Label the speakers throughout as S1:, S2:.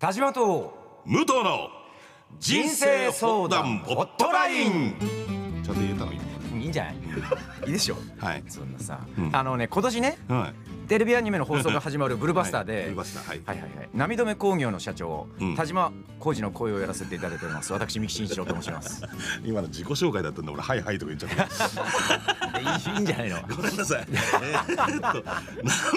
S1: 田島と
S2: 武藤の人生相談ホットラインちゃんと言えたの今
S1: いいんじゃないいいでしょ
S2: はい
S1: そんなさ、
S2: うん
S1: あのね今年ね
S2: はい
S1: テレビアニメの放送が始まるブルーバスターで、
S2: はいブルーバスターはい
S1: はいはいはい、波止め工業の社長、
S2: うん
S1: 田島浩二の声をやらせていただいております私三木真一郎と申しますで
S2: 今の自己紹介だったんで俺はいはいとか言っちゃった
S1: いいいいんじゃないの
S2: ごめんなさい。えーっと、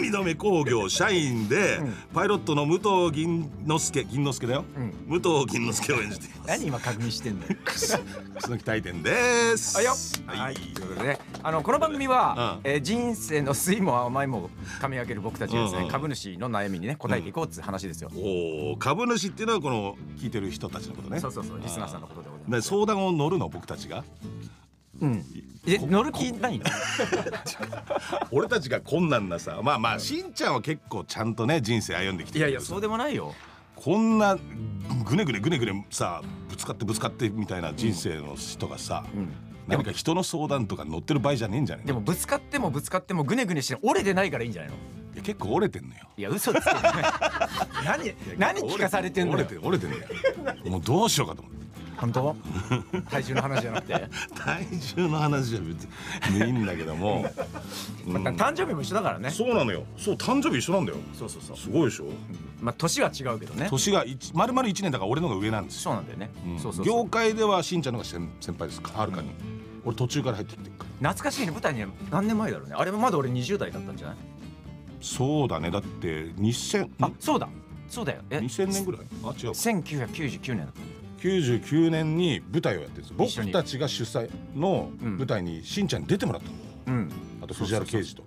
S2: 波止め工業社員で、パイロットの武藤銀之助、銀之助だよ。
S1: ん
S2: 武藤銀之助を演じています
S1: 何。今確認してんのよ
S2: 楠木大典です。
S1: あよ
S2: はい、
S1: はい、ということでねあのこの番組は、
S2: う
S1: えー人生の酸いも甘いも噛み分ける僕たちがですね、
S2: うんうん
S1: 株主の悩みにね答えていこうっていう話ですよ、
S2: おお、株主っていうのはこの聞いてる人たちのことね。
S1: そうそうそうリスナーさんのことでございます
S2: ね、相談を乗るの僕たちが
S1: うん、え乗る気ないの
S2: 俺たちが困難なさまあまあしんちゃんは結構ちゃんとね人生歩んできて
S1: い
S2: る
S1: や
S2: け
S1: い
S2: ど
S1: や
S2: さ
S1: そうでもないよ
S2: こんなぐねぐねぐねぐねさぶつかってぶつかってみたいな人生の人がさ、
S1: ん
S2: 何か人の相談とか乗ってる場合じゃねえんじゃねえ
S1: で
S2: の
S1: もぶつかってもぶつかってもぐねぐねして折れてないからいいんじゃないの
S2: いや結構折れてんのよ
S1: いや嘘つけ何何聞かされてんの
S2: 折
S1: よ
S2: れて折れてんのよもうどうしようかと思って
S1: 本 当体重の話じゃなくて、
S2: 体重の話は別にいいんだけども、うん
S1: まあ誕生日も一緒だからね
S2: そうなのよそう誕生日一緒なんだよ
S1: そうそうそう
S2: すごいでしょ
S1: まあ年は違うけどね
S2: 年が一丸々一年だから俺の方が上なんですよ、
S1: そうなんだよね、
S2: うん
S1: そうそうそう
S2: 業界ではしんちゃんの方が先先輩ですかはるかに、俺途中から入ってきてるから
S1: 懐かしいね舞台に何年前だろうねあれもまだ俺20代だったんじゃない、
S2: そうだねだって2000
S1: あそうだそうだよえ
S2: 2000年ぐらいあ違う
S1: 1999年だった
S2: 99年に舞台をやってるんですよ
S1: 一緒に
S2: 僕たちが主催の舞台にしんちゃんに出てもらったの、
S1: うん
S2: あと藤原刑事と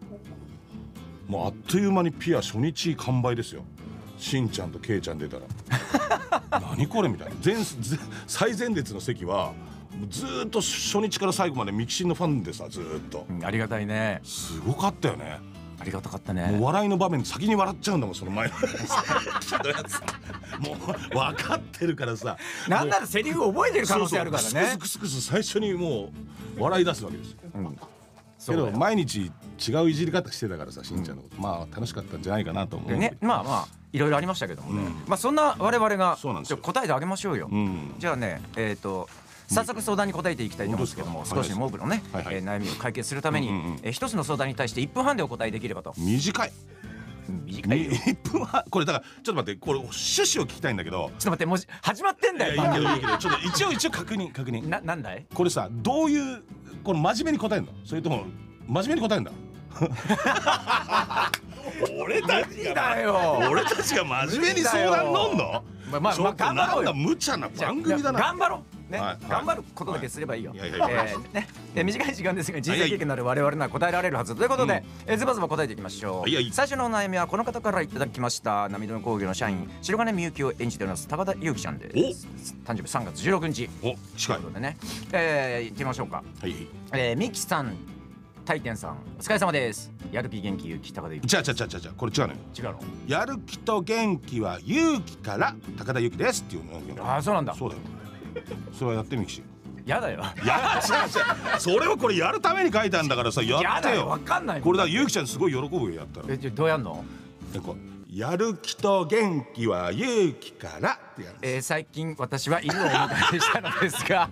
S2: もうあっという間にピア初日完売ですよしんちゃんとけいちゃん 出たら何これみたいな前前最前列の席はもうずーっと初日から最後までミキシンのファンでさずーっと
S1: うんありがたいね
S2: すごかったよね
S1: ありがたかった
S2: もう
S1: ね
S2: 笑いの場面先に笑っちゃうんだもんその 前のさっきのやつもう分かってるからさ
S1: なんならセリフ覚えてる可能性あるから
S2: そうそ
S1: ね
S2: うクスクスクスクス最初にもう笑い出すわけですよ
S1: そ
S2: け
S1: うだ
S2: ど
S1: よ
S2: 毎日違ういじり方してたからさしんちゃんのこと、まあ楽しかったんじゃないかなと思うけど
S1: ねまあまあいろいろありましたけどもね、まあそんな我々が
S2: そうなんです
S1: じゃ
S2: よ
S1: あ答えてあげましょうよ、
S2: うん
S1: じゃあねえっ、と早速相談に答えていきたいと思うんですけども
S2: 本当
S1: 少
S2: です
S1: し
S2: か
S1: も多くのね、
S2: はいはい
S1: えー悩みを解決するために、
S2: うんうんうん
S1: えー一つの相談に対して1分半でお答えできればと、
S2: 短い
S1: 短いよちょっ
S2: 1分半これだからちょっと待ってこれ趣旨を聞きたいんだけど
S1: と待ってもう始まってん
S2: いや
S1: だ
S2: い
S1: よ
S2: いけど
S1: バ
S2: いいけどちょっと一応一応確認確
S1: カ
S2: 認
S1: ななんだい
S2: これさどういうこの真面目に答えるのそれとも真面目に答えるんだ 俺たち
S1: だよ
S2: 俺たちが真面目に相談乗んの
S1: まあまあ
S2: ちょっと
S1: まあ頑張ろ
S2: な
S1: うんよ
S2: だ無茶な番組だな
S1: 頑張ろうね、
S2: はいはい
S1: 頑張ることだけすればいいよ、
S2: はいいやいやいや
S1: えーねえー短い時間ですが人生経験のある我々なら答えられるはずということで、えーズバズバ答えていきましょう、
S2: はいはい
S1: 最初のお悩みはこの方からいただきました波止工業の社員白金みゆきを演じております高田裕樹ちゃんです誕生日3月16日
S2: お近い
S1: ということでね、えー、いきましょうか
S2: はい
S1: えー、ミキさん大天さんお疲れ様ですやる気元気勇気高田裕
S2: じゃあじゃあじゃあじゃあじゃあこれ違うのよ
S1: 樹違うの
S2: やる気と元気は勇気から高田勇気ですっていうのよ
S1: ああそうなんだ
S2: そうだよそれはやってみきし
S1: やだよ
S2: いや違う違うそれをこれやるために書いたんだからさや
S1: や
S2: って
S1: だ
S2: よ
S1: よわかんないもん
S2: これだゆうきちゃんすごい喜ぶよやったら
S1: えじゃあどうやんの
S2: でこうやる気と元気は勇気からってやる
S1: えー、最近私は犬をお迎えしたのですが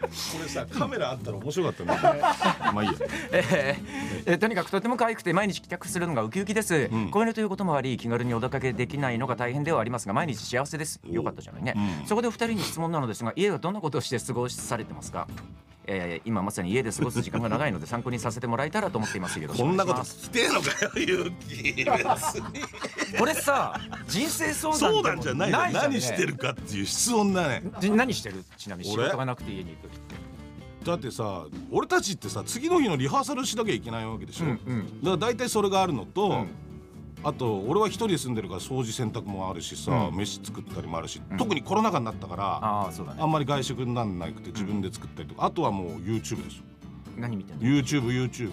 S2: これさカメラあったら面白かったねまあいいや
S1: えーえーとにかくとても可愛くて毎日帰宅するのがウキウキです、子犬ということもあり気軽にお出かけできないのが大変ではありますが毎日幸せですよかったじゃないね、そこでお二人に質問なのですが家はどんなことをして過ごされてますかえー、今まさに家で過ごす時間が長いので参考にさせてもらえたらと思っていますけど
S2: こんな
S1: お
S2: こと
S1: 願いし
S2: 聞きてえのかよゆうき別に
S1: ますこれさ人生相談
S2: そう
S1: で
S2: な
S1: も
S2: んじゃないよ
S1: ないじゃん、ね、
S2: 何してるかっていう質問だね
S1: で何してるちなみに仕
S2: 俺
S1: 事がなくて家にいる時って
S2: だってさ俺たちってさ次の日のリハーサルしなきゃいけないわけでしょ、
S1: うんうん
S2: だから大体それがあるのと、
S1: ん
S2: あと俺は一人で住んでるから掃除洗濯もあるしさ、
S1: うん
S2: 飯作ったりもあるし、特にコロナ禍になったから、
S1: ああそうだね
S2: あんまり外食にならなくて自分で作ったりとか、あとはもう YouTube ですよ
S1: 何見てんの
S2: YouTubeYouTubeYouTube
S1: いやそれ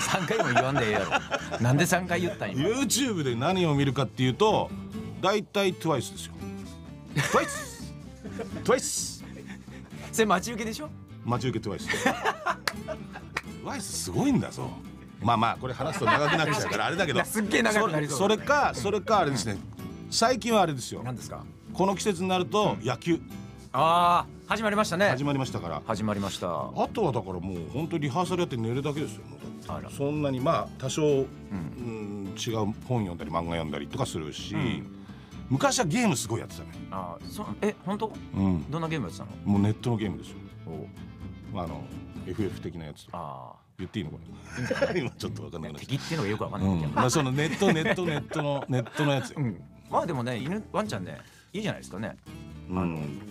S1: 3回も言わんでええやろなんで3回言ったん今
S2: YouTube で何を見るかっていうと大体 TWICE ですよ TWICE!TWICE!
S1: それ待ち受けでしょ
S2: 待ち受け TWICE です TWICE すごいんだぞまあまあこれ話すと長くなっちゃうからあれだけど
S1: すっげえ長くなりそう
S2: それそれかそれかあれですね最近はあれですよ
S1: 何ですか
S2: この季節になると野球
S1: ああ始まりましたね
S2: 始まりましたから
S1: 始まりました
S2: あとはだからもう本当にリハーサルやって寝るだけですよもうだ
S1: あ
S2: って
S1: ら
S2: そんなにまあ多少、うん、違う本読んだり漫画読んだりとかするし、昔はゲームすごいやってたね、
S1: あーそうえ本当
S2: うん、
S1: どんなゲームやってたの
S2: もうネットのゲームですよ
S1: お
S2: あの FF 的なやつとか
S1: あ
S2: 言っていいのこ れ今ちょっと分かんなく
S1: あ
S2: なっち
S1: 敵っていうのがよくわかん
S2: ゃ
S1: ない
S2: う、
S1: うみたい
S2: ん
S1: な
S2: まあ、そのネットネットネットの ネットのやつよ、
S1: うんまあでもね犬ワンちゃんねいいじゃないですかね
S2: うん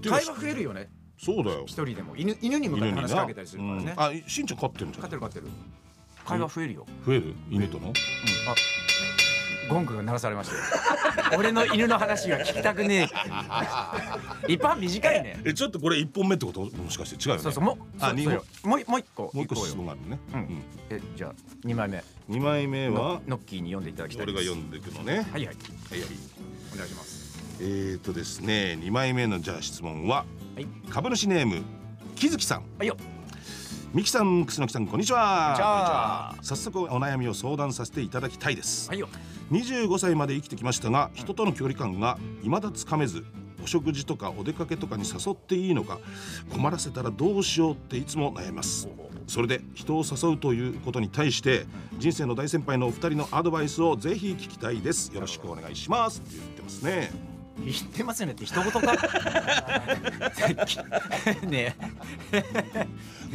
S2: ていうか
S1: 会話増えるよね
S2: そうだよ
S1: 一人でも犬犬に向かって話しかけたりするからね
S2: うん、あしんちゃん飼ってるんじゃ
S1: 飼っ
S2: ん
S1: てる飼ってる会話増えるよ
S2: 増える犬との
S1: あゴングが鳴らされましたよ 俺の犬の話が聞きたくね え一般短いね
S2: えちょっとこれ一本目ってこともしかして違うよね
S1: そうそうもう
S2: あ
S1: そう
S2: 二
S1: そう
S2: 本
S1: よもうもう一個
S2: もう一個
S1: 行こ
S2: 質問があるね
S1: うよ、うん、えじゃあ二枚目
S2: 二枚目は
S1: ノッキーに読んでいただきたい
S2: 俺
S1: です
S2: が読んでいくのね
S1: はいはい
S2: はいはい
S1: お願いします
S2: えーとですね二枚目のじゃあ質問は
S1: はい
S2: 株主ネーム木月さん
S1: はいよ
S2: みきさん楠木さんこんにちは
S1: こんにちは
S2: こんにち早速お悩みを相談させていただきたいです
S1: はいよ
S2: 25歳まで生きてきましたが人との距離感が未だつかめずお食事とかお出かけとかに誘っていいのか困らせたらどうしようっていつも悩みますそれで人を誘うということに対して人生の大先輩のお二人のアドバイスをぜひ聞きたいですよろしくお願いしますって言ってますね
S1: 言ってますよねって一言か ね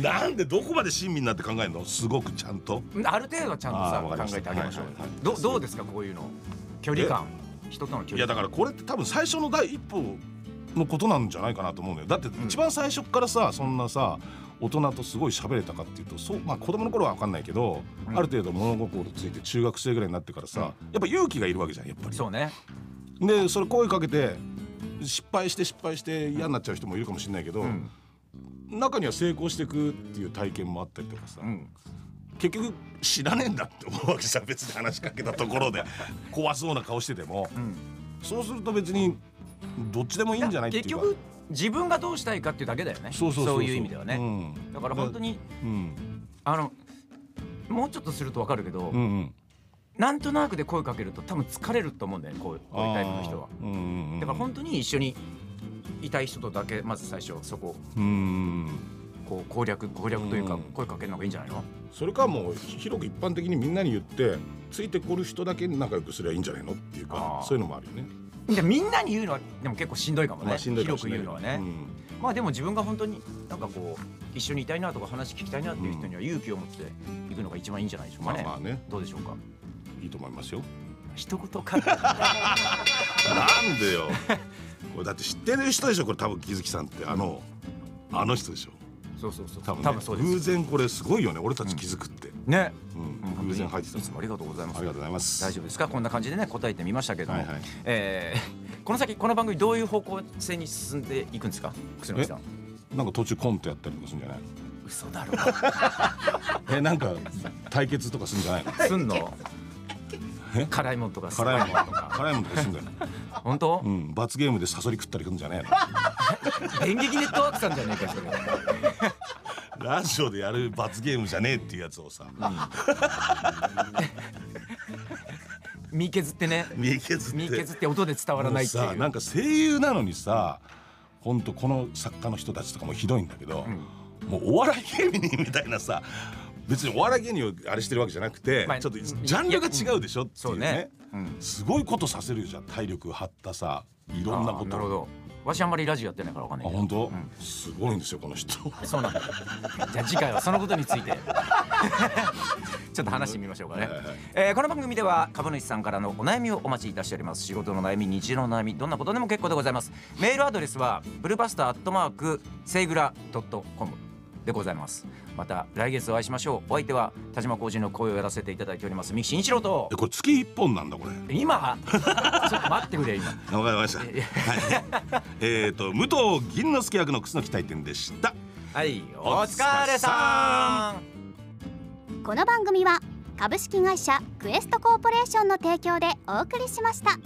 S2: なんでどこまで親身になって考えるのすごくちゃんと
S1: えある程度はちゃんと
S2: あーわかり
S1: さ考え
S2: ました
S1: てあげましょう、
S2: はいはいはい
S1: どどうですかこういうの距離感人との距
S2: い
S1: 離
S2: やだからこれって多分最初の第一歩のことなんじゃないかなと思うんだよだって一番最初っからさそんなさ大人とすごい喋れたかっていうとそうまあ子供の頃は分かんないけど、
S1: うん
S2: ある程度物心ついて中学生ぐらいになってからさ、やっぱ勇気がいるわけじゃんやっぱり。
S1: そうね
S2: でそれ声かけて失敗して失敗して嫌になっちゃう人もいるかもしれないけど、
S1: うん
S2: 中には成功していくっていう体験もあったりとかさ、
S1: うん
S2: 結局知らねえんだって思うわけさ別に話しかけたと ころで怖そうな顔してても。
S1: うん
S2: そうすると別にどっちでもいいんじゃないっていうか
S1: 結局自分がどうしたいかっていうだけだよね
S2: そうそうそう
S1: いう意味ではね、
S2: うん
S1: だから本当に
S2: うん
S1: あのもうちょっとすると分かるけど、
S2: うんうん
S1: なんとなくで声かけると多分疲れると思うんだよねこうこういうタイプの人は
S2: あーうんうんうん
S1: だから本当に一緒にいたい人とだけまず最初そこ
S2: うんうんうん
S1: こう攻略攻略というか
S2: うん
S1: 声かけるのがいいんじゃないの、
S2: それかもう広く一般的にみんなに言ってついてこる人だけ仲良くすればいいんじゃないのっていうか
S1: あー
S2: そういうのもあるよね
S1: でみんなに言うのはでも結構しんどいかもね、
S2: まあしんどいかも
S1: 広く
S2: しれな
S1: 言う
S2: いけ
S1: の
S2: ど
S1: はね、まあでも自分が本当になんかこう一緒にいたいなとか話聞きたいなっていう人には勇気を持っていくのが一番いいんじゃないでしょ
S2: うん
S1: うか
S2: ま
S1: ね、
S2: あまあね
S1: どうでしょうか
S2: いいと思いますよ
S1: 一言から
S2: なんでよ これだって知ってる人でしょこれ多分木月さんってあのあの人でしょ
S1: そうそうそう
S2: 多分,、ね、
S1: 多分そうです
S2: 偶然これすごいよね俺たち気づくって、
S1: ね、
S2: うん偶然入ってた
S1: いつもありがとうございま
S2: あ
S1: す
S2: りがとうございます
S1: 大丈夫ですかこんな感じでね答えてみましたけども、
S2: はいはい
S1: えーこの先この番組どういう方向性に進んでいくんですか楠木さん
S2: なんか途中コントやったりとかするんじゃないの
S1: 嘘だろ
S2: えなんか対決とかするんじゃないの
S1: すんの辛いもんとか
S2: 辛いもん
S1: ん
S2: とか辛いもんとかするんだよ、
S1: 本当
S2: う、ん、罰ゲームでサソリ食ったりするんじゃない
S1: 電撃ネットワークさんじゃねえかそれ
S2: の ラジオでやる罰ゲームじゃねえっていうやつをさ
S1: 身削ってね
S2: 見削って
S1: 身削って音で伝わらないってい
S2: もうさ
S1: う
S2: なんか声優なのにさほんとこの作家の人たちとかもひどいんだけど、もうお笑い芸人みたいなさ別にお笑い芸人をあれしてるわけじゃなくて、
S1: まあ
S2: ちょっとジャンルが違うでしょってい
S1: そうう
S2: ね
S1: ね、うん、
S2: すごいことさせるじゃん体力張ったさいろんな
S1: あ
S2: こ
S1: ーな
S2: とを
S1: るほどわしあんまりラジオやってないからわかん
S2: あ
S1: ないけど
S2: 本当、
S1: ん
S2: すごいんですよこの人
S1: そうなんだじゃあ次回はそのことについて ちょっと話してみましょうかね
S2: はいはい、
S1: えーこの番組では株主さんからのお悩みをお待ちいたしております仕事の悩み日常の悩みどんなことでも結構でございますメールアドレスはブルバスターアットマークセイグラドットコムでございますまた来月お会いしましょうお相手は田島浩二の声をやらせていただいております三木真一郎と
S2: えこれ月一本なんだこれ
S1: 今 ちょっと待ってくれ今
S2: わかりました。はい、えっと武藤銀之助役の楠木大典でした。
S1: はい
S2: お
S1: お
S2: 疲
S1: 疲
S2: れ
S1: れ
S2: さ
S1: さん
S3: この番組は株式会社クエストコーポレーションの提供でお送りしました。